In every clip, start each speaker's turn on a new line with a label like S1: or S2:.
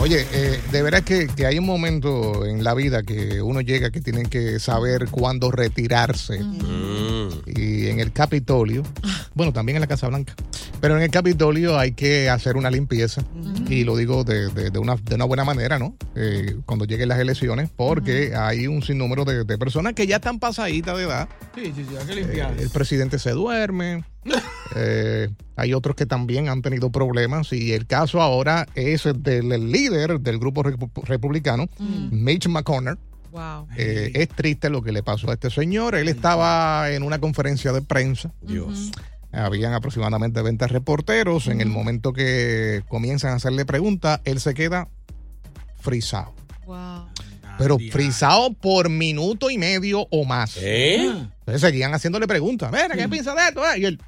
S1: Oye, eh, de veras que, que hay un momento en la vida que uno llega que tienen que saber cuándo retirarse. Y en el Capitolio, bueno, también en la Casa Blanca, pero en el Capitolio hay que hacer una limpieza. Y lo digo de, de- de una, de una buena manera, ¿no? Eh, cuando lleguen las elecciones, porque hay un sinnúmero de, de personas que ya están pasaditas de edad.
S2: Sí, sí, sí, hay que
S3: Eh,
S2: limpiar.
S1: Eh, El presidente se duerme. Eh, hay otros que también han tenido problemas y el caso ahora es el del el líder del grupo repu- republicano, Mitch McConnell.
S4: Wow.
S1: Eh, es triste lo que le pasó a este señor. Él estaba en una conferencia de prensa.
S3: Dios.
S1: Habían aproximadamente 20 reporteros. En el momento que comienzan a hacerle preguntas, él se queda frisado.
S4: Wow.
S1: Pero frisado por minuto y medio o más.
S3: ¿Eh?
S1: Entonces seguían haciéndole preguntas. Mira, ¿qué piensa de esto? eh?" Y él,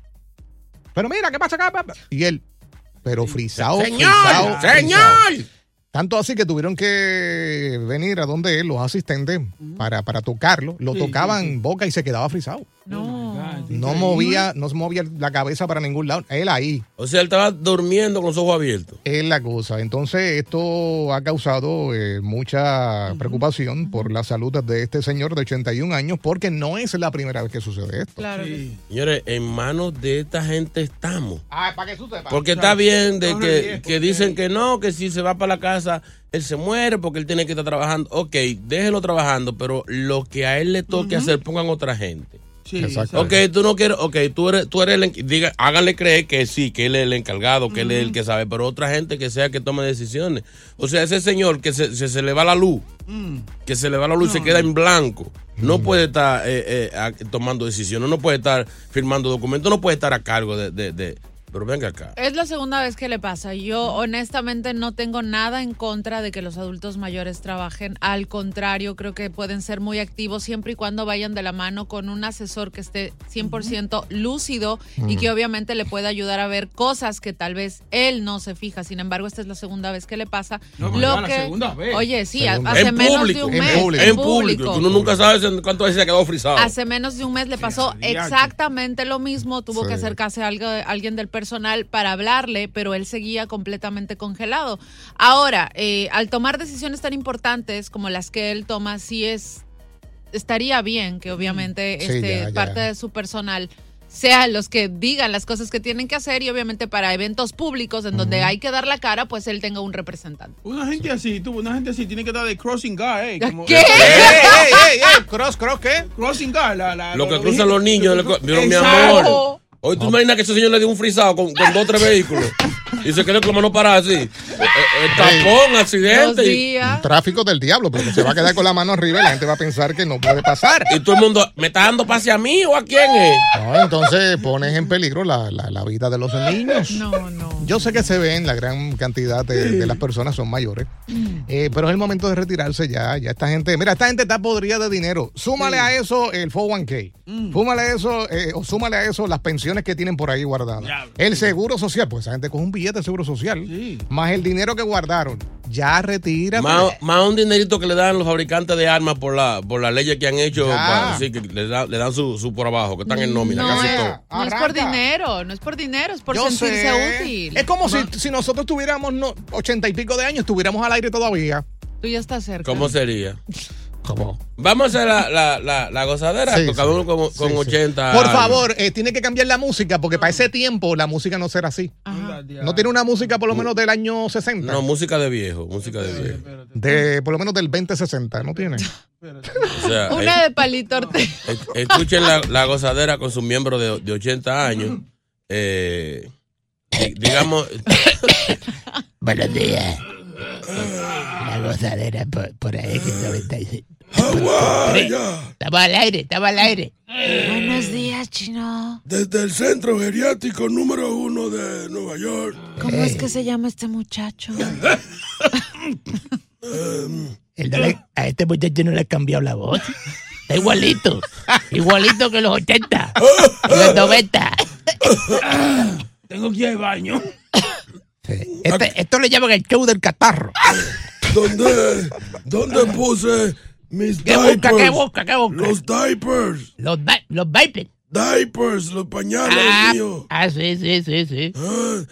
S1: pero mira, ¿qué pasa acá? papá?" Y él, pero frisado, frisado,
S3: ¡Señor!
S1: frisado.
S3: ¡Señor!
S1: Tanto así que tuvieron que venir a donde él, los asistentes, para, para tocarlo. Lo
S2: Sí,
S1: tocaban
S2: sí, sí.
S1: boca y se quedaba frisado.
S4: No.
S1: No movía, no se movía la cabeza para ningún lado. Él ahí.
S3: O sea, él estaba durmiendo con los ojos abiertos.
S1: Es la cosa. Entonces, esto ha causado eh, mucha preocupación por la salud de este señor de 81 años, porque no es la primera vez que sucede esto.
S4: Claro. que sí.
S3: Señores, en manos de esta gente estamos.
S1: Ah, para que suceda.
S3: Porque está bien de
S2: No, no, y
S3: que,
S2: es
S3: que dicen que no, que si se va para la casa, él se muere porque él tiene que estar trabajando. Ok, déjelo trabajando, pero lo que a él le toque hacer, pongan otra gente.
S2: Sí,
S1: Exacto.
S3: Ok, tú no quieres, ok, tú eres, tú eres el, enc- diga, háganle creer que sí, que él es el encargado, que él es el que sabe, pero otra gente que sea que tome decisiones. O sea, ese señor que se, se- se le va la luz, que se le va la luz y se queda en blanco, no puede estar eh, eh, a- tomando decisiones, no puede estar firmando documentos, no puede estar a cargo de... de- de- pero venga acá.
S4: Es la segunda vez que le pasa. Yo honestamente no tengo nada en contra de que los adultos mayores trabajen. Al contrario, creo que pueden ser muy activos siempre y cuando vayan de la mano con un asesor que esté 100% lúcido y que obviamente le pueda ayudar a ver cosas que tal vez él no se fija. Sin embargo, esta es la segunda vez que le pasa.
S2: No, pero ya
S4: Lo
S2: la
S4: que,
S2: segunda vez.
S4: Oye, sí,
S1: Segunda.
S4: hace
S3: en
S4: menos
S3: público,
S4: de un
S1: en
S4: mes.
S1: público.
S3: en público. Uno nunca sabe en cuántas veces se ha quedado frisado.
S4: Hace menos de un mes le pasó
S2: diache.
S4: exactamente lo mismo. Tuvo
S1: Sí.
S4: que acercarse a algo- a alguien del personal para hablarle, pero él seguía completamente congelado. Ahora, eh, al tomar decisiones tan importantes como las que él toma, sí es estaría bien que obviamente
S1: Sí,
S4: este,
S1: ya, ya.
S4: parte de su personal sean los que digan las cosas que tienen que hacer y obviamente para eventos públicos en donde hay que dar la cara, pues él tenga un representante.
S2: Una gente así, tú, una gente así tiene que estar de crossing guard, eh. Como,
S4: ¿Qué?
S1: ¿Cross, cross qué?
S2: Crossing guard, la, la,
S3: Lo que
S2: la-
S3: cruzan los niños.
S2: lo que-
S3: le- Mira, mi
S2: Exacto.
S3: amor. Hoy tú imaginas que ese señor le dio un frisado con, con dos o tres vehículos. Y se quedó con mano parada así. Eh, eh, tapón,
S4: Dos
S3: accidente. Y,
S4: días.
S1: Tráfico del diablo, porque se va a quedar con la mano arriba y la gente va a pensar que no puede pasar.
S3: y todo el mundo, ¿me está dando pase a mí o a quién es?
S1: No, entonces pones en peligro la, la- la vida de los niños.
S4: No, no.
S1: Yo sé que se ven, la gran cantidad de, de las personas son mayores, eh, pero es el momento de retirarse ya. Ya esta gente, mira, esta gente está oh
S4: Mm.
S1: podrida de dinero. Súmale a eso el 401k, súmale a eso, eh, o súmale a eso las pensiones cotizaciones que tienen por ahí guardadas.
S2: Ya.
S1: El seguro social, pues esa gente coge un billete de seguro social,
S2: Sí.
S1: más el dinero que guardaron. Ya retira.
S3: Más, más un dinerito que le dan los fabricantes de armas por la por las leyes que han hecho.
S1: Ya.
S3: para- sí, que le, da- le dan su, su por abajo, que están en nómina,
S4: No,
S3: casi
S4: es,
S3: todo.
S4: no es por
S1: Arranca.
S4: dinero, no es por dinero, es por
S1: Yo
S4: sentirse
S1: sé.
S4: útil.
S1: Es como si,
S4: Ma-
S1: si nosotros tuviéramos no, ochenta y pico de años, estuviéramos al aire todavía.
S4: Tú ya estás cerca.
S3: ¿Cómo sería?
S1: ¿Cómo?
S3: Vamos a hacer la, la, la, la gozadera,
S1: Sí,
S3: con cada
S1: sí.
S3: uno con, con
S1: Sí, sí.
S3: 80.
S1: Por
S3: años.
S1: favor, eh, tiene que cambiar la música, porque para ese tiempo la música no será así.
S4: Ajá.
S1: No tiene una música por lo menos del año 60.
S3: No, música de viejo, música de viejo.
S1: De, por lo menos del 2060, ¿no tiene?
S3: O sea,
S4: Una de palito Ortega.
S3: es- es- escuchen la, la gozadera con su miembro de, de 80 años. Eh, di- digamos,
S5: Buenos días. La gozadera por, por ahí que 96.
S2: Ah.
S5: Estaba al aire, estaba al aire.
S4: Buenos días, chino.
S3: desde el centro geriátrico número uno de Nueva York.
S4: ¿Cómo es que se llama este muchacho?
S3: Em,
S5: El dale- a este muchacho no le ha cambiado la voz. Está igualito. Igualito que los 80. y los 90.
S2: Tengo que ir al baño.
S5: Este- esto le llaman el show del catarro.
S3: ¿Dónde, dónde puse mis
S5: ¿Qué busca, qué busca, qué busca?
S3: diapers,
S5: Los, di- los vapers.
S3: diapers, los pañales
S5: Ah, ah, sí, sí, sí, sí.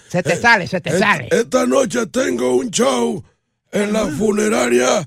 S5: Se te sale, se
S2: eh.
S5: te sale.
S3: Esta noche tengo un show en
S5: Ah.
S3: la funeraria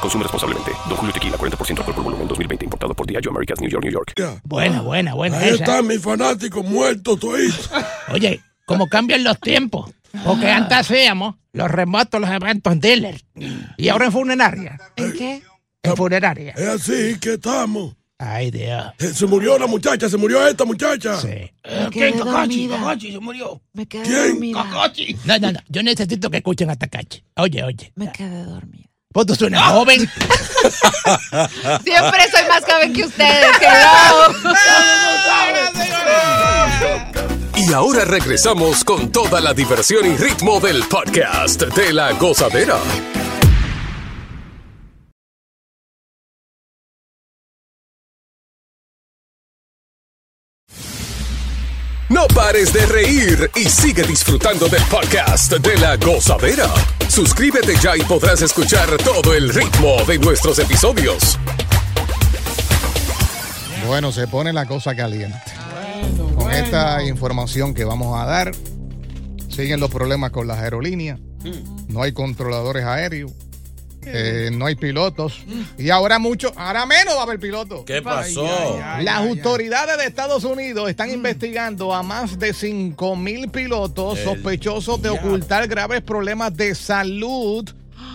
S6: Consume responsablemente. Don Julio Tequila, 40% alcohol por volumen, 2020. Importado por Diageo Americas, New York, New York.
S5: Buena, buena, buena. Esa.
S3: mis fanáticos muertos, todos.
S5: Oye, como cambian los tiempos. Porque antes hacíamos los remotos, los eventos en dealer. Y ahora en funeraria.
S4: ¿En qué?
S5: En funeraria.
S3: Es así que estamos. Eh,
S5: Ay, Dios.
S3: Se murió la muchacha, se murió esta muchacha. Eh,
S5: Sí.
S4: Me
S2: ¿Quién?
S4: quedé
S2: Cacachi,
S4: dormida.
S2: Cacachi, se murió.
S4: Me quedé
S3: ¿Quién?
S4: dormida.
S2: Cacachi.
S5: No, no, no. Yo necesito que escuchen a Takachi. Oye, oye.
S4: Me quedé dormida.
S5: Vos tú suenas
S2: ¡Ah!
S5: joven.
S4: Siempre soy más joven que ustedes. hello.
S7: Y ahora regresamos con toda la diversión y ritmo del podcast de la gozadera. No pares de reír y sigue disfrutando del podcast de la gozadera. Suscríbete ya y podrás escuchar todo el ritmo de nuestros episodios.
S1: Bueno, se pone la cosa caliente. con esta información que vamos a dar, siguen los problemas con las aerolíneas. No hay controladores aéreos. eh, no hay pilotos. Y ahora mucho, ahora menos va a haber pilotos.
S3: ¿Qué pasó?
S1: Las autoridades de Estados Unidos están investigando a más de 5 mil pilotos sospechosos de ocultar graves problemas de salud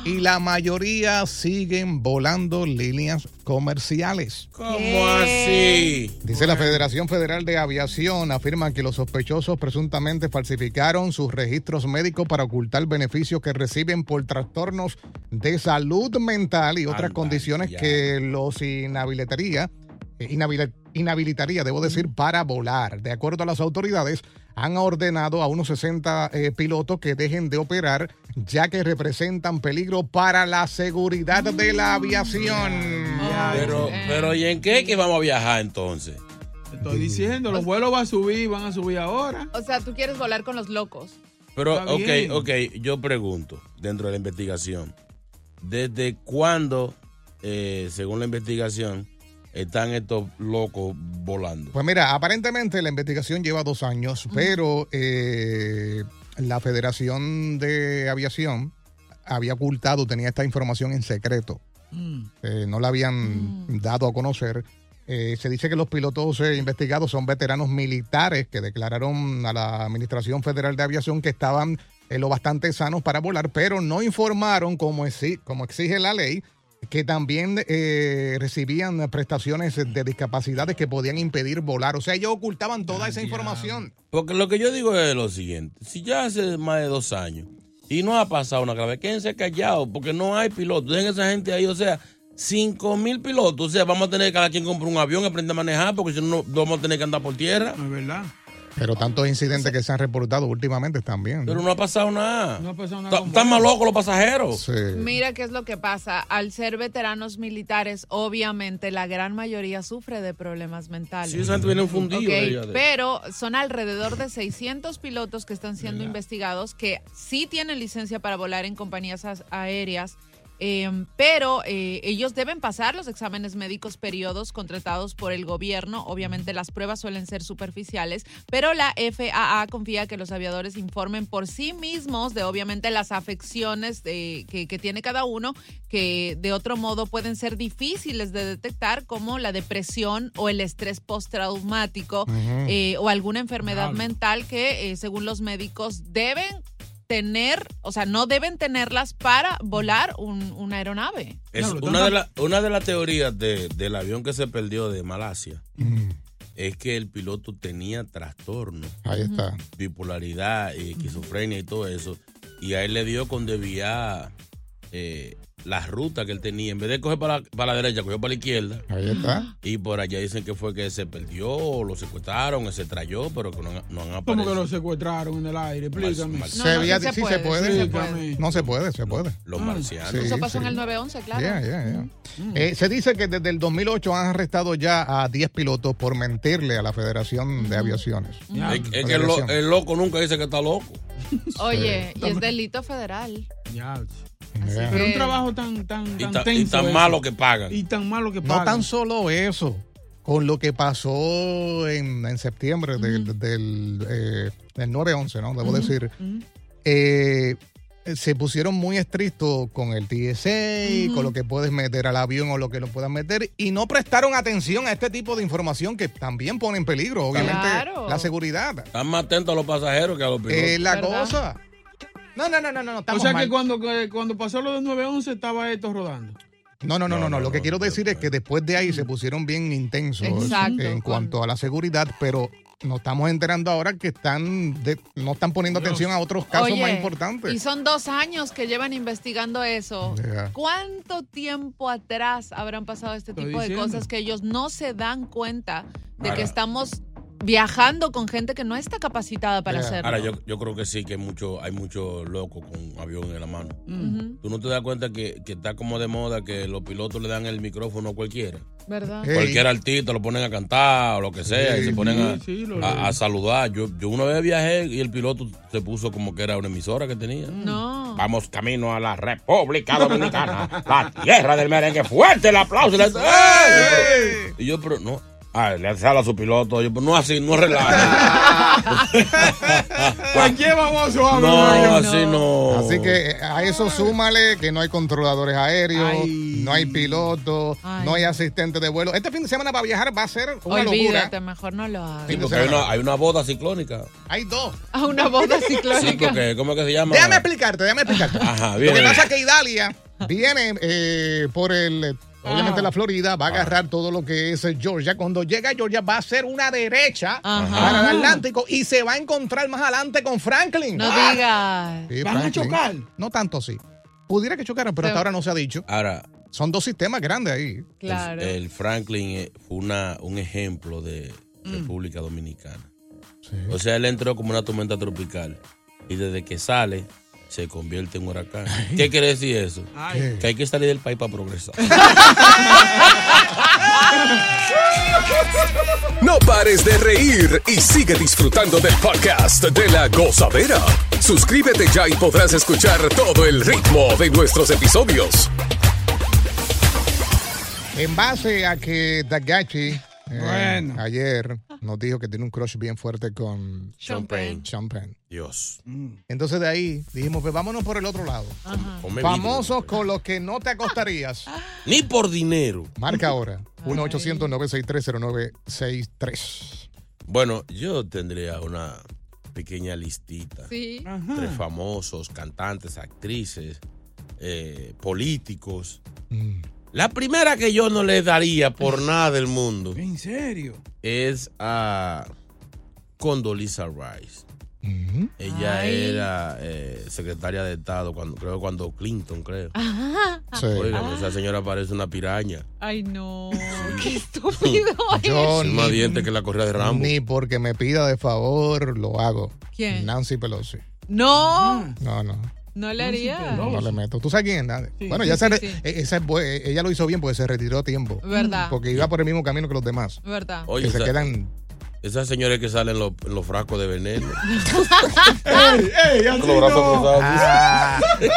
S1: y la mayoría siguen volando líneas comerciales.
S3: ¿Cómo así?
S1: Dice la Federación Federal de Aviación, afirman que los sospechosos presuntamente falsificaron sus registros médicos para ocultar beneficios que reciben por trastornos de salud mental y otras
S3: Anda,
S1: condiciones
S3: ya.
S1: que los inhabilitaría, eh, inhabili- inhabilitaría, debo decir, para volar. De acuerdo a las autoridades, han ordenado a unos 60 eh, pilotos que dejen de operar ya que representan peligro para la seguridad de la aviación.
S3: Pero, pero ¿y en qué que vamos a viajar entonces?
S2: Te Estoy diciendo,
S3: Pues
S2: los vuelos van a subir, van a subir ahora.
S4: O sea, tú quieres volar con los locos.
S3: Pero,
S2: Está
S3: ok,
S2: bien.
S3: ok, yo pregunto dentro de la investigación. ¿Desde cuándo, eh, según la investigación, están estos locos volando?
S1: Pues mira, aparentemente la investigación lleva dos años, pero eh, la Federación de Aviación había ocultado, tenía esta información en secreto. Eh, no la habían dado a conocer. Eh, se dice que los pilotos eh, investigados son veteranos militares que declararon a la Administración Federal de Aviación que estaban eh, lo bastante sanos para volar, pero no informaron, como, exi- como exige la ley, que también eh, recibían prestaciones de discapacidades que podían impedir volar. O sea, ellos ocultaban toda esa información.
S3: Porque lo que yo digo es lo siguiente: si ya hace más de dos años y no ha pasado una clave, quédense callados porque no hay pilotos. Dejen esa gente ahí, o sea, cinco mil pilotos. O sea, vamos a tener que cada quien comprar un avión, aprender a manejar porque si no, no vamos a tener que andar por tierra.
S2: Es verdad.
S1: Pero tantos incidentes que se han reportado últimamente también.
S3: Pero no ha pasado nada.
S2: No ha pasado
S3: Ta- Están más locos los pasajeros.
S4: Mira qué es lo que pasa. Al ser veteranos militares, obviamente la gran mayoría sufre de problemas mentales.
S3: Sí, esa gente viene fundida
S4: Ok,
S3: de allá de-
S4: pero son alrededor de 600 pilotos que están siendo investigados que sí tienen licencia para volar en compañías as- aéreas. eh, pero eh, ellos deben pasar los exámenes médicos periodos contratados por el gobierno. Obviamente las pruebas suelen ser superficiales, pero la FAA confía que los aviadores informen por sí mismos de obviamente las afecciones de- que, que tiene cada uno, que de otro modo pueden ser difíciles de detectar, como la depresión o el estrés postraumático
S8: Ujú.
S4: eh, o alguna enfermedad
S8: Diablo.
S4: mental que, eh, según los médicos, deben tener, o sea, no deben tenerlas para volar un- una aeronave.
S3: Es una, de la- una de las teorías de- del avión que se perdió de Malasia es que el piloto tenía trastorno.
S1: Ahí está.
S3: Bipolaridad, eh, esquizofrenia y todo eso. Y a él le dio con desviar eh, la ruta que él tenía. En vez de coger para, para la derecha, cogió para la izquierda.
S1: Ahí está.
S3: Y por allá dicen que fue que se perdió, o lo secuestraron, o se trayó, pero que no, han- no han
S2: ¿Cómo
S3: aparecido.
S2: que lo secuestraron en el aire? Explícame.
S3: Mal-
S1: se había- sí, se puede. No se puede, se puede.
S2: Mm.
S3: Los marcianos.
S1: Sí,
S4: Eso pasó en
S1: sí.
S4: el 911, claro.
S1: Yeah, yeah, yeah. Eh, se dice que desde el 2008 han arrestado ya a 10 pilotos por mentirle a la Federación de Aviaciones.
S3: Es, es que el, lo- el loco nunca dice que está loco.
S4: Oye, y
S1: Este,
S4: es delito federal. Eh,
S1: Yeah.
S2: Pero un trabajo tan, tan,
S3: Y
S2: tan
S3: tan- y
S2: tenso.
S3: tan
S2: ese.
S3: malo que pagan.
S2: Y tan malo que pagan.
S1: No tan solo eso, con lo que pasó en, en septiembre del, del, eh, del 9-11, ¿no? Debo decir. eh, se pusieron muy estrictos con el TSA, con lo que puedes meter al avión o lo que no puedas meter, y no prestaron atención a este tipo de información que también pone en peligro, obviamente,
S3: Claro.
S1: la seguridad.
S3: Están más atentos a los pasajeros que a los pilotos.
S1: Es Eh, la cosa. No, no, no, no, no.
S2: O
S1: estamos
S2: sea
S1: mal.
S2: que cuando, que cuando pasó lo del 911 estaba esto rodando.
S1: No, no, no, no, no. Lo que quiero decir es que después de ahí se pusieron bien intensos
S2: Exacto,
S1: en cuanto a la seguridad, pero nos estamos enterando ahora que están de- no están poniendo atención a otros casos
S4: Oye,
S1: más
S4: Y
S1: importantes.
S4: son dos años que llevan investigando eso.
S1: Yeah.
S4: ¿Cuánto tiempo atrás habrán pasado este
S8: Estoy
S4: tipo de
S8: diciendo.
S4: cosas que ellos no se dan cuenta de
S3: Ahora-
S4: que estamos viajando con gente que no está capacitada para hacerlo?
S3: Ahora, yo, yo creo que sí, que mucho, hay muchos locos con avión en la mano.
S4: Ujú,
S3: ¿Tú no te das cuenta que, que está como de moda que los pilotos le dan el micrófono a cualquiera?
S4: ¿Verdad?
S3: Cualquier artista lo ponen a cantar o lo que sea, y se ponen a,
S2: sí, sí,
S7: Ah.
S2: lo
S3: a-
S2: leí.
S3: a saludar. Yo, yo una vez viajé y el piloto se puso como que era una emisora que tenía.
S4: No.
S3: Vamos camino a la República Dominicana, la tierra del merengue. Fuerte el aplauso. Y, le- ¡Ey! Y yo, pero no. Ah, le sale a su piloto. Yo, pero no así, no relaja.
S2: Cualquier baboso habla.
S3: No,
S2: Ay, no.
S3: así no.
S1: Así que eh, a eso súmale que no hay controladores aéreos, no hay pilotos, no hay asistentes de vuelo. Este fin de semana para viajar va a ser una locura.
S4: Olvídate, mejor no lo hagas.
S3: Sí, porque hay una, hay una boda ciclónica.
S1: Hay dos.
S4: A una boda ciclónica.
S3: Sí, porque, ¿cómo es que se llama?
S1: Déjame explicarte, déjame explicarte.
S3: Ajá,
S1: Lo
S3: Ah, bien.
S1: que pasa es que Italia viene eh, por el.
S4: Ah.
S1: Obviamente la Florida va a agarrar todo lo que es eh, Georgia. Cuando llega a Georgia va a ser una derecha
S4: Ajá.
S1: para el Atlántico y se va a encontrar más adelante con Franklin.
S4: No
S1: Ah.
S4: digas.
S1: Sí, Franklin. No tanto sí. Pudiera que chocaran, pero hasta ahora no se ha dicho.
S3: Ahora,
S1: Son dos sistemas grandes ahí.
S4: Claro.
S3: el Franklin eh, fue una, un ejemplo de República Dominicana. O sea, él entró como una tormenta tropical y desde que sale se convierte en huracán. ¿Qué quiere decir eso?
S2: Ay.
S3: Que hay que salir del país para progresar.
S9: No pares de reír y sigue disfrutando del podcast de la gozadera. Suscríbete ya y podrás escuchar todo el ritmo de nuestros episodios.
S1: En base a que Dagachi eh, ayer nos dijo que tiene un crush bien fuerte con
S3: Sean Penn.
S1: Sean Penn.
S3: Dios.
S1: Entonces de ahí dijimos, pues vámonos por el otro lado.
S3: Come
S1: Famosos con los que no te acostarías.
S3: Ni por dinero.
S1: Marca ahora. 1-800-963-0963.
S3: Bueno, yo tendría una pequeña listita.
S4: Sí.
S3: Entre
S1: Mm.
S3: famosos, cantantes, actrices, eh, políticos.
S1: Mm.
S3: La primera que yo no le daría por nada del mundo.
S2: ¿En serio?
S3: es a Condoleezza Rice.
S1: Mm-hmm.
S3: Ella
S2: Ay.
S3: era eh, secretaria de Estado cuando creo cuando Clinton creo.
S4: Ajá.
S3: Oiga,
S4: Ah,
S3: pues esa señora parece una piraña.
S4: Ay, no. Qué estúpido
S1: Yo
S4: eres.
S3: Es más diente que la correa de Rambo.
S1: Ni porque me pida de favor lo hago.
S4: ¿Quién?
S1: Nancy Pelosi.
S4: No,
S1: No, no.
S4: no le haría.
S1: No le meto. ¿Tú sabes quién es? Nadie. bueno, ya
S4: Ah. sí,
S1: se re-
S4: sí.
S1: eh, esa es bu- eh, ella lo hizo bien porque se retiró a tiempo.
S4: Verdad.
S1: Porque iba por el mismo camino que los demás.
S4: ¿Verdad?
S3: Oye,
S1: que se
S3: esa-
S1: quedan.
S3: Esas señoras que salen los, en los frascos de veneno.
S2: ¡Ey, ey!
S3: Con
S2: así
S3: los brazos
S2: no.
S3: cruzados.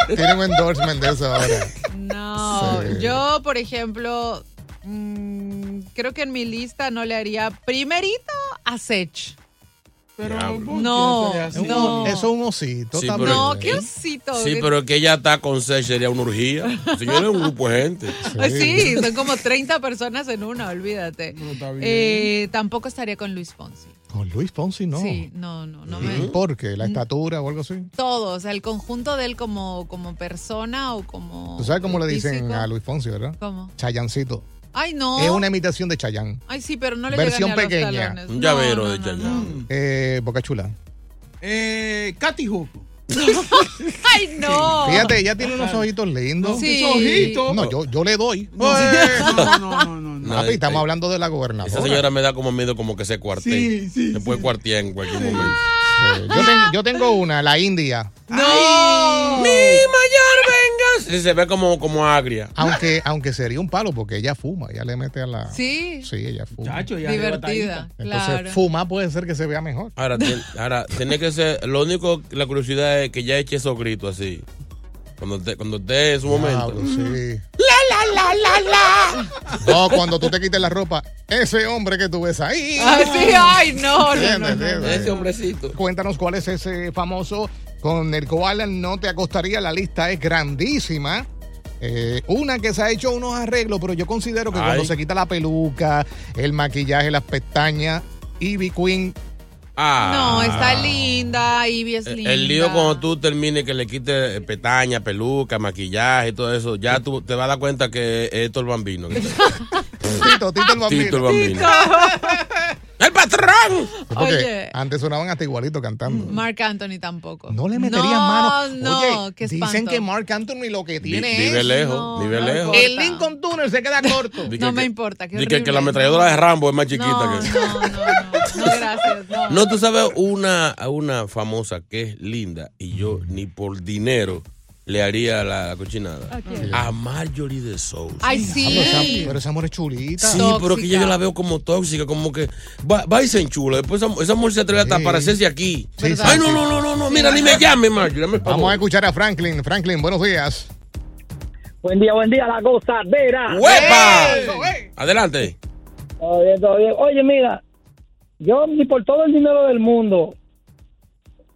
S1: Tienen Ah, un endorsement de eso ahora.
S4: No, yo, por ejemplo, mm, creo que en mi lista no le haría primerito a Sech.
S2: Pero, ¿por qué
S4: No,
S2: se le hace?
S4: no.
S1: Eso es un osito.
S3: Sí,
S1: también.
S3: pero-
S4: No, qué osito.
S3: Sí, pero es que ella está con seis sería una urgía. Señores, es un grupo de gente.
S4: Ay, Sí, son como 30 personas en una, olvídate. Eh, tampoco estaría con Luis Fonsi.
S1: Con Luis Fonsi no.
S4: Sí, no, no, no Mm. me...
S1: ¿Y por qué? ¿La estatura o algo así?
S4: Todo, o sea, el conjunto de él como, como persona o como...
S1: ¿Tú sabes cómo le dicen
S4: físico.
S1: a Luis Fonsi, verdad?
S4: ¿Cómo?
S1: Chayancito.
S4: Ay, no.
S1: Es una imitación de Chayán.
S4: Ay, sí, pero no le
S1: Versión
S4: llegan ni a
S1: pequeña.
S4: los talones.
S3: Un
S4: No,
S3: llavero
S4: no,
S3: de
S4: no,
S3: Chayanne.
S1: Eh, Boca Chula.
S2: Eh, Katy Hope.
S4: no. Ay, no.
S1: Fíjate, ella tiene unos ojitos lindos.
S4: Sí.
S2: Esos ojitos.
S1: No, yo, yo le doy. Eh,
S2: No, no, no, no, no, no.
S3: No,
S1: Papi, estamos
S3: eh,
S1: hablando de la
S3: Esa
S1: gobernadora.
S3: señora me da como miedo como que se cuarté.
S2: Sí, sí,
S3: se puede cuartear en cualquier momento.
S1: Sí. Yo, ten- yo tengo una, la India.
S4: No.
S3: mayor vengas. Ah, Sí, se ve como, como agria.
S1: Aunque, aunque sería un palo porque ella fuma. Ella le mete a la.
S4: Sí,
S1: Sí, ella fuma.
S2: Chacho, ya
S4: divertida,
S1: Entonces,
S4: claro.
S1: fumar puede ser que se vea mejor.
S3: Ahora, ten- ahora, tiene que ser. Lo único, la curiosidad es que ya eche esos gritos así. Cuando te, cuando esté en su momento.
S1: Diablo, sí. No, cuando tú te quites la ropa, ese hombre que tú ves ahí.
S4: Ay, sí, ay, no, no, no,
S1: ¿Entiendes?
S4: no.
S1: ¿Entiendes?
S3: Ese hombrecito.
S1: Cuéntanos cuál es ese famoso con el cual no te acostaría. La lista es grandísima. Eh, una que se ha hecho unos arreglos, pero yo considero que
S3: Ay.
S1: cuando se quita la peluca, el maquillaje, las pestañas, Ivy Queen,
S3: Ah.
S4: No, está linda, Ivy es
S3: El-
S4: linda.
S3: El lío cuando tú termines que le quites eh, pestañas, peluca, maquillaje y todo eso, ya tú te vas a dar cuenta que es Héctor el Bambino.
S1: Tito, Tito el
S3: Tito el
S1: bambino.
S3: Bambino. ¡El patrón!
S1: Porque
S4: Oye.
S1: antes sonaban hasta igualito cantando.
S4: Mark Anthony tampoco.
S1: No le meterían
S4: no,
S1: mano.
S4: No,
S1: Oye,
S4: qué
S1: dicen
S4: espanto.
S1: que Mark Anthony lo que
S3: Vi-
S1: tiene
S3: Vive
S1: es.
S3: lejos,
S4: eh, No,
S3: vive
S4: no
S3: lejos.
S4: importa.
S1: El Lincoln Tunnel se queda corto.
S3: Di que-
S4: No me
S3: que-
S4: importa, qué
S3: di que, que la
S4: horrible.
S3: ametralladora de Rambo es más chiquita
S4: no,
S3: que
S4: No, no, no, no, gracias. No.
S3: No, tú sabes, una, una famosa que es linda y yo ni por dinero le haría la cochinada. ¿A, Marjorie de Sousa.
S4: Ay,
S1: Pero esa,
S4: sí.
S1: pero esa mujer es chulita.
S3: Sí,
S4: tóxica.
S3: pero que yo, yo la veo como tóxica, como que va, va y se enchula. Después esa, esa mujer se atreve hasta a
S1: Sí.
S3: aparecerse aquí.
S1: Sí, sí,
S3: Ay, no,
S1: sí.
S3: no, no, no, no, mira, ni me llame, Marjorie. dame el favor.
S1: Vamos a escuchar a Franklin. Franklin, buenos días.
S8: Buen día, buen día, la gozadera.
S3: ¡Huepa!
S4: eh.
S3: Adelante.
S8: Todo bien, todo bien. Oye, mira, yo ni por todo el dinero del mundo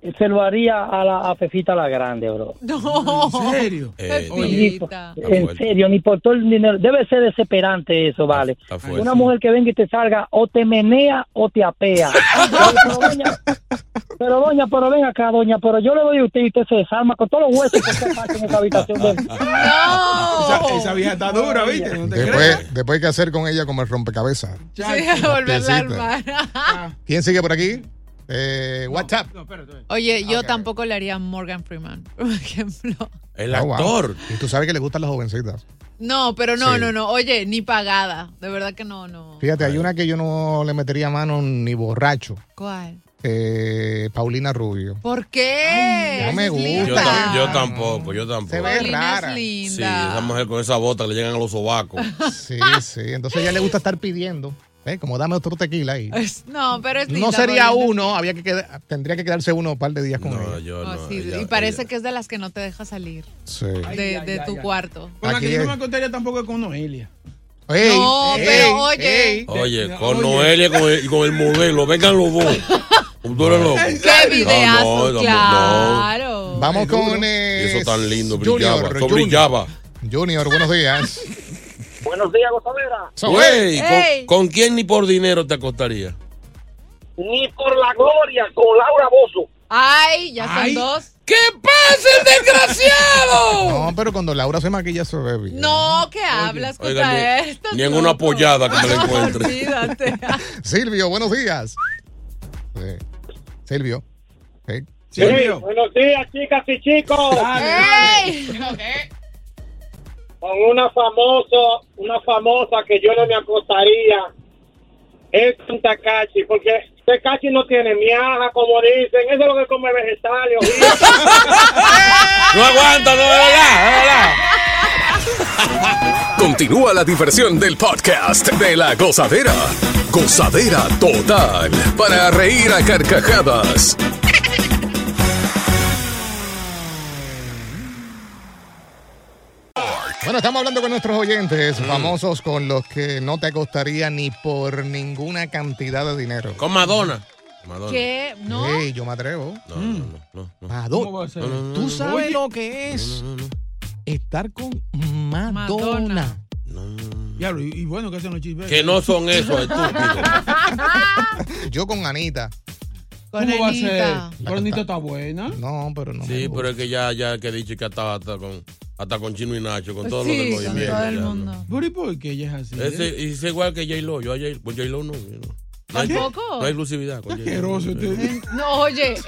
S8: eh, se lo haría a la a Fefita la Grande, bro.
S4: No.
S2: ¿En serio?
S3: Eh,
S4: Pepita.
S3: Está
S8: En
S3: fuerte.
S8: serio, ni por todo el dinero. Debe ser desesperante eso, vale.
S3: está fuerte.
S8: Una mujer que venga y te salga o te menea o te apea. pero, pero, doña, pero doña, pero ven acá, doña, pero yo le doy a usted y usted se desarma con todos los huesos que usted parte en esa habitación. de-
S4: No.
S2: Esa, esa vieja está dura, ¿viste? No te crees.
S1: Después, después qué hacer con ella como el rompecabezas.
S4: Sí, volverla a
S1: Piecita.
S4: armar.
S1: ¿Quién sigue por aquí? Eh, WhatsApp.
S2: No, espérate.
S1: Ah,
S4: Oye, yo tampoco le haría a Morgan Freeman, por ejemplo.
S3: El
S1: Oh, wow.
S3: actor.
S1: Y tú sabes que le gustan las jovencitas.
S4: No, pero no,
S1: Sí.
S4: no, no. Oye, ni pagada. De verdad que no, no.
S1: Fíjate, hay una que yo no le metería mano ni borracho.
S4: ¿Cuál?
S1: Eh, Paulina Rubio.
S4: ¿Por qué?
S1: no me
S4: Es
S1: gusta.
S3: Yo,
S4: linda.
S3: tam- yo tampoco, yo tampoco.
S1: Se ve
S4: Paulina
S1: rara.
S4: es linda.
S3: Sí, esa mujer con esa bota que le llegan a los sobacos.
S1: Sí,
S4: Ah.
S1: sí. Entonces a ella le gusta estar pidiendo. ¿eh? Como dame otro tequila ahí.
S4: Es- no, pero es linda.
S1: No sería
S4: Paulina.
S1: uno, había que queda- tendría que quedarse uno un par de días con
S3: No,
S1: ella.
S3: yo
S4: Oh,
S3: no.
S4: sí,
S3: ella-
S4: y parece
S3: ella-
S4: que es de las que no te deja salir
S1: Sí.
S4: de,
S2: ay, ay,
S4: de tu
S2: ay.
S4: cuarto.
S2: Con la
S1: Aquí
S2: que yo no
S1: es.
S2: me contaría tampoco es con Noelia.
S1: Ey,
S4: no,
S1: ey,
S4: pero oye.
S3: Oye, con Noelia con el- y con el modelo, vengan los dos. Tú eres loco.
S4: Qué videazo,
S3: no, no.
S4: claro.
S1: Vamos con eh,
S3: Y eso tan lindo, brillaba.
S1: Junior,
S3: eso brillaba.
S1: Junior, buenos días.
S8: Buenos días, gozadera.
S3: Güey, ¿con-
S8: Ey.
S3: ¿con, quién ni por dinero te acostaría?
S8: Ni por la gloria con Laura Bozo.
S4: Ay, ya son dos.
S3: ¡Qué pasa el desgraciado!
S1: No, pero cuando Laura se maquilla se ve bien.
S4: No, ¿qué hablas
S3: Oiga,
S4: contra
S3: ni-
S4: esto?
S3: Ni en una apoyada que me la encuentre.
S4: Olvídate.
S1: Silvio, buenos días. Sí. Silvio. Sí.
S8: Sí, buenos días, chicas y chicos. Con una famosa, una famosa que yo no me acostaría es con Takachi, porque Takachi no tiene miaja, como dicen. Eso es lo que come vegetales.
S3: No aguanta, no, de verdad, de verdad.
S9: Continúa la diversión del podcast de la gozadera. Gozadera total. Para reír a carcajadas.
S1: Bueno, estamos hablando con nuestros oyentes
S3: Mm.
S1: famosos con los que no te acostaría ni por ninguna cantidad de dinero.
S3: Con Madonna. Madonna.
S4: ¿Qué? ¿No?
S1: Ey, yo me atrevo.
S3: No, no, no, no.
S1: Madonna.
S2: ¿Cómo va a ser?
S3: No, no, no,
S1: Mm. ¿Tú
S3: no.
S1: sabes
S2: Oye.
S1: lo que es estar con Madonna?
S4: Madonna.
S2: Diablo, y, y bueno, que hacen los chismes.
S3: Que no son esos, estúpido.
S1: Yo con Anita.
S2: ¿Cómo
S4: Con
S2: va a
S4: Anita.
S2: ser? Pero Anita está buena.
S1: No, pero no. me
S3: Sí,
S1: gusta.
S3: pero es que ya, ya que he dicho que hasta, hasta con hasta con Chino y Nacho, con todos
S4: sí,
S3: los del
S4: con
S3: movimiento.
S4: todo el
S3: ya, ¿no?
S4: mundo.
S2: Pero ¿y por qué ella es así?
S3: Ese,
S2: eh?
S3: y es igual que J-Lo. Yo a J-Lo pues J-Lo no. yo no. No hay,
S4: ¿Tampoco?
S3: no hay exclusividad con J-Lo.
S2: Asqueroso, tú.
S4: No, oye, eh,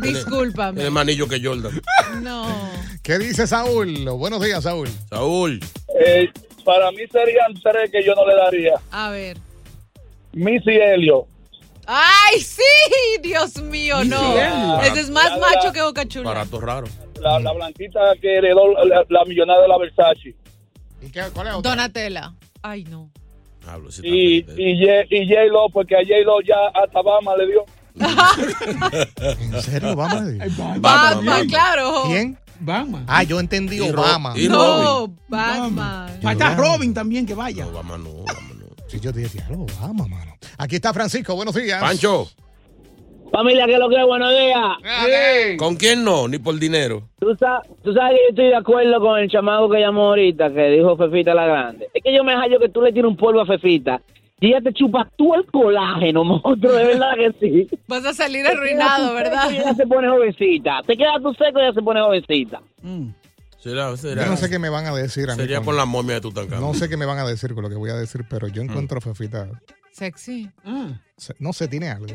S4: discúlpame.
S3: Tiene más anillo que Jordan.
S4: No.
S1: ¿Qué dice Saúl? Buenos días, Saúl.
S3: Saúl.
S8: Eh, para mí serían tres que yo no le daría.
S4: A ver.
S8: Missy Helio.
S4: ¡Ay, sí! Dios mío, no.
S2: Miguel.
S4: Ese es más macho que Boca Chula.
S3: Barato raro.
S8: La, la blanquita que heredó la, la millonada de la Versace.
S1: ¿Y qué, cuál es otra?
S4: Donatella. Ay, no.
S3: Hablo, sí,
S8: Y,
S3: también.
S8: y, Ye- y J-Lo, porque a J-Lo ya hasta Bama le dio.
S1: ¿En serio, vamos a decir?
S3: Batman,
S4: Batman, claro.
S1: ¿Quién?
S2: Batman.
S1: Ah, yo entendí
S3: Y Ro-
S1: Obama.
S3: y-
S4: No,
S3: Robin.
S4: Batman.
S2: Ahí Ah, está Robin también, que vaya.
S3: No, vamos, no, vamos, no.
S1: Sí, yo dije, diablo, Obama, mano. Aquí está Francisco, buenos días.
S3: Pancho,
S8: Familia, que lo que es, buenos días.
S3: ¿con quién no? Ni por dinero.
S8: ¿Tú, sa- tú sabes que yo estoy de acuerdo con el chamaco que llamó ahorita, que dijo Fefita la Grande. Es que yo me hallo que tú le tienes un polvo a Fefita y ella te chupa tú el colágeno, monstruo, de verdad que sí.
S4: Vas a salir arruinado,
S8: Te quedas tú seco
S4: ¿verdad?
S8: Y ella se pone jovencita. Te queda tu seco y ella se pone jovencita.
S3: Será, será.
S1: Yo no sé qué me van a decir a mí.
S3: Sería
S1: con-
S3: por la momia de Mm. Tutankamón.
S1: No sé qué me van a decir con lo que voy a decir, pero yo encuentro a Fefita.
S4: Sexy.
S2: Ah.
S1: se- No sé, tiene algo.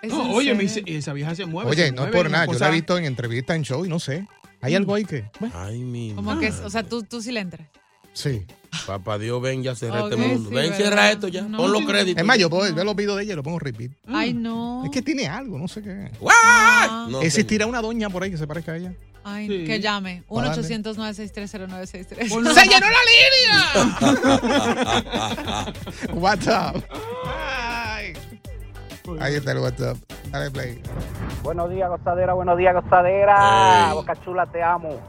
S4: Es
S2: No,
S4: en
S2: oye, mi-
S4: serio.
S2: esa vieja se mueve.
S1: Oye,
S2: se
S1: no es
S2: mueve,
S1: por
S2: una
S1: nada. Yo la
S2: cosa- Mm.
S1: he visto en entrevista, en show y no sé. Hay algo ahí que. bueno,
S3: Ay, mi
S4: Como que,
S1: Ah.
S4: es- o sea, tú, tú sí le entras.
S1: Sí.
S3: Papá Dios, ven ya cerrar
S4: Ok,
S3: este mundo.
S4: sí,
S3: ven,
S4: ¿verdad?
S3: cierra esto ya.
S4: No.
S3: Pon los créditos.
S1: Es más, yo, puedo, yo los videos de ella y los pongo repeat.
S4: Ay, no.
S1: Mm. Es que tiene algo, no sé qué.
S4: Ah.
S3: ¡Guau! No,
S1: ¿Existirá una doña por ahí que se parezca a ella?
S4: Ay,
S2: Sí.
S4: que llame.
S1: Para darle.
S4: 1-800-963-0963.
S2: Ponlo-
S4: ¡Se llenó la línea!
S1: WhatsApp. Ahí está el WhatsApp. Dale play.
S8: Buenos días, gozadera. Buenos días, gozadera.
S3: Ey.
S8: Boca chula, te amo.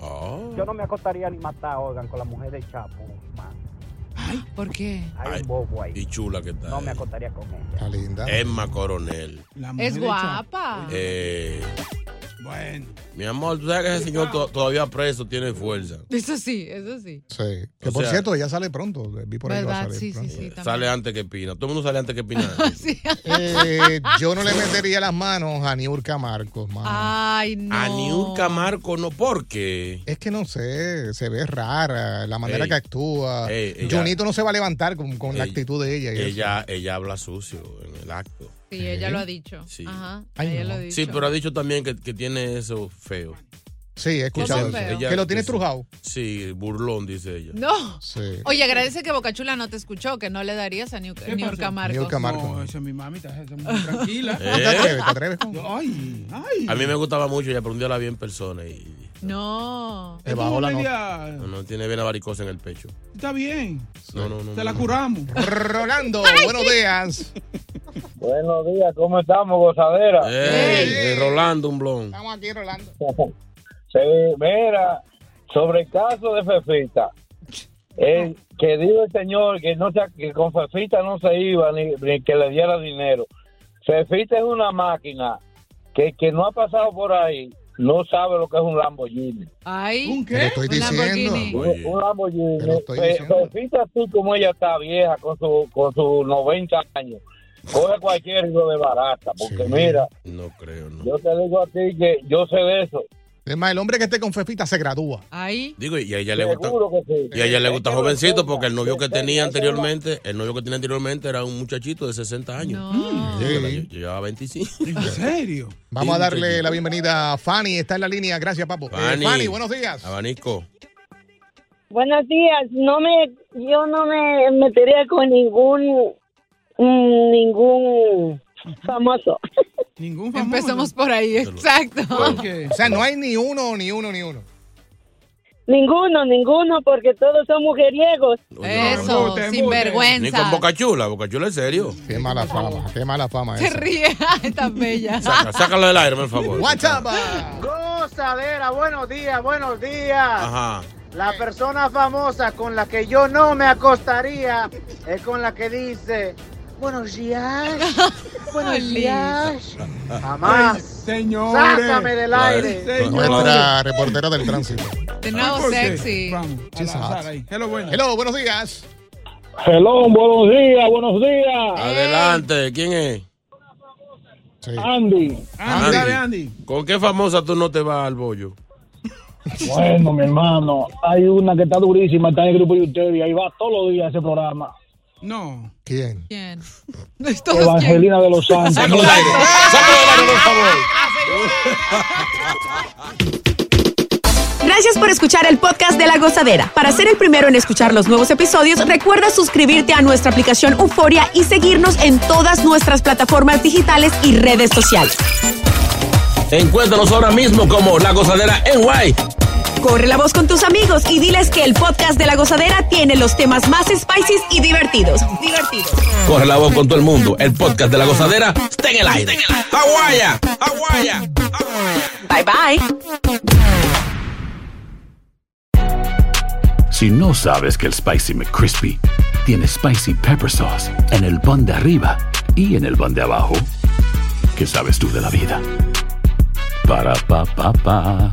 S3: Oh.
S8: Yo no me acostaría ni matar, oigan, con la mujer de Chapo. man.
S4: ¿Por qué?
S8: Hay
S3: Ay.
S8: un bobo ahí.
S3: Y chula que está.
S8: No me
S3: eh.
S8: acostaría con ella.
S1: Está linda.
S3: Emma Coronel.
S2: La mujer
S4: Es
S2: de Chapo.
S4: guapa.
S3: Eh,
S2: Bueno.
S3: mi amor, tú sabes que ese señor to- todavía preso tiene fuerza.
S4: Eso sí, eso sí.
S1: Sí. Que
S3: O
S1: por
S3: sea-
S1: cierto, ella sale pronto. Eh, Vi por ahí que va a
S4: ¿Verdad?
S1: salir
S4: Sí, sí,
S1: pronto.
S4: sí. también.
S3: Sale antes que Pina. Todo el mundo sale antes que Pina.
S4: Sí.
S3: Ah.
S1: Eh, yo no le metería las manos a Niurka Marcos, mano.
S4: Ay, no.
S3: A Niurka Marco no, porque.
S1: Es que no sé, se ve rara la manera
S3: Ey.
S1: que actúa.
S3: Ey, ella-
S1: Junito no se va a levantar con, con la
S3: Ey,
S1: actitud de ella. y eso.
S3: Ella, ella habla sucio en el acto.
S4: Sí, ella lo ha dicho.
S3: Sí.
S4: Ajá.
S1: Ay,
S4: ella
S1: no.
S4: lo ha dicho.
S3: Sí, pero ha dicho también que, que tiene eso feo.
S1: Sí, he escuchado
S4: Cosa
S1: eso.
S4: feo.
S1: que lo tiene trujado.
S3: Sí, burlón, dice ella. ¿Eh?
S4: No.
S1: Sí.
S4: Oye, agradece que Bocachula no te escuchó, que no le darías a Niu-
S2: ¿Qué
S4: Niurka
S2: pasó?
S4: Marcos.
S1: Niurka Marcos.
S2: No, esa es mi mami, está esa es muy tranquila.
S1: ¿Te
S3: ¿Eh?
S1: atreves? ¿Te atreves con?
S2: Ay, ay.
S3: A mí me gustaba mucho, ella, pero un día la vi en persona y
S4: No.
S1: Te bajó la nota.
S3: no, no tiene vena varicosa en el pecho.
S2: Está bien.
S3: No, no, no.
S2: Te la
S3: no.
S2: curamos.
S1: Rolando, buenos días.
S8: Buenos días, ¿cómo estamos, gozadera?
S3: Ey,
S1: Ey.
S3: eh, Rolando, un blon.
S1: Estamos aquí, Rolando.
S8: Se, mira, sobre el caso de Fefita,
S10: Es que dijo el señor que no se, que con Fefita no se iba ni, ni que le diera dinero. Fefita es una máquina que el que no ha pasado por ahí no sabe lo que es un Lamborghini.
S4: Ay,
S2: ¿Un
S10: qué?
S2: estoy
S10: Un- Un Lamborghini. Fe- Fefita así como ella está vieja con su con sus 90 años. Coge cualquier hijo de barata, porque mira,
S3: No creo, no.
S10: yo te digo a ti que yo sé de eso.
S1: Es más, el hombre que esté con Fefita se gradúa.
S4: Ahí.
S3: Digo, y a ella le gusta.
S10: Seguro que sí.
S3: Y a ella le gusta jovencito porque el novio que tenía anteriormente, el novio que tenía anteriormente era un muchachito de 60 años. Sí, lle- Llevaba 25. ¿En
S2: serio?
S1: Vamos a darle la bienvenida a Fanny. Está en la línea. Gracias, papo. Eh, Fanny, buenos días.
S3: Abanico.
S11: Buenos días. No me, yo no me metería con ningún, mm, ningún famoso.
S2: Ningún
S4: Empezamos por ahí, exacto.
S1: O sea, no hay ni uno, ni uno, ni uno.
S11: Ninguno, ninguno, porque todos son mujeriegos.
S4: Eso,
S3: Ni con
S4: sinvergüenza.
S3: Boca Chula, Boca Chula es serio.
S1: Qué mala fama, qué mala fama
S4: Se ríe, Ay, tan bella.
S3: Saca, sácalo del aire, por favor.
S12: Gozadera, buenos días, buenos días.
S3: Ajá.
S12: La persona famosa con la que yo no me acostaría es con la que dice, buenos días, buenos días. Jamás.
S2: Señores.
S12: Sácame del aire.
S1: Nuestra reportera del tránsito.
S4: De nuevo sexy.
S2: Hello,
S1: Hello, buenos días.
S8: Hello, buenos días, buenos
S12: Eh.
S8: días.
S3: Adelante, ¿quién es?
S8: Andy.
S3: Andy. ¿Con qué famosa tú no te vas al bollo?
S8: Bueno, mi hermano, hay una que está durísima, está en el grupo de ustedes y ahí va todos los días ese programa.
S2: No.
S1: ¿Quién?
S4: ¿Quién?
S8: Evangelina de los Santos.
S3: Sácalo del aire, sácalo del aire, por favor.
S13: Gracias por escuchar el podcast de La Gozadera. Para ser el primero en escuchar los nuevos episodios, recuerda suscribirte a nuestra aplicación Euforia y seguirnos en todas nuestras plataformas digitales y redes sociales.
S3: Encuéntranos ahora mismo como La Gozadera en Guay.
S13: Corre la voz con tus amigos y diles que el podcast de La Gozadera tiene los temas más spicy y divertidos. Divertidos.
S3: Corre la voz con todo el mundo. El podcast de La Gozadera está en el aire. ¡Aguaya! ¡Aguaya!
S13: Bye bye.
S14: Si no sabes que el Spicy McCrispy tiene Spicy Pepper Sauce en el pan de arriba y en el pan de abajo, ¿qué sabes tú de la vida? Para, pa, pa, pa.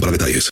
S15: para detalles.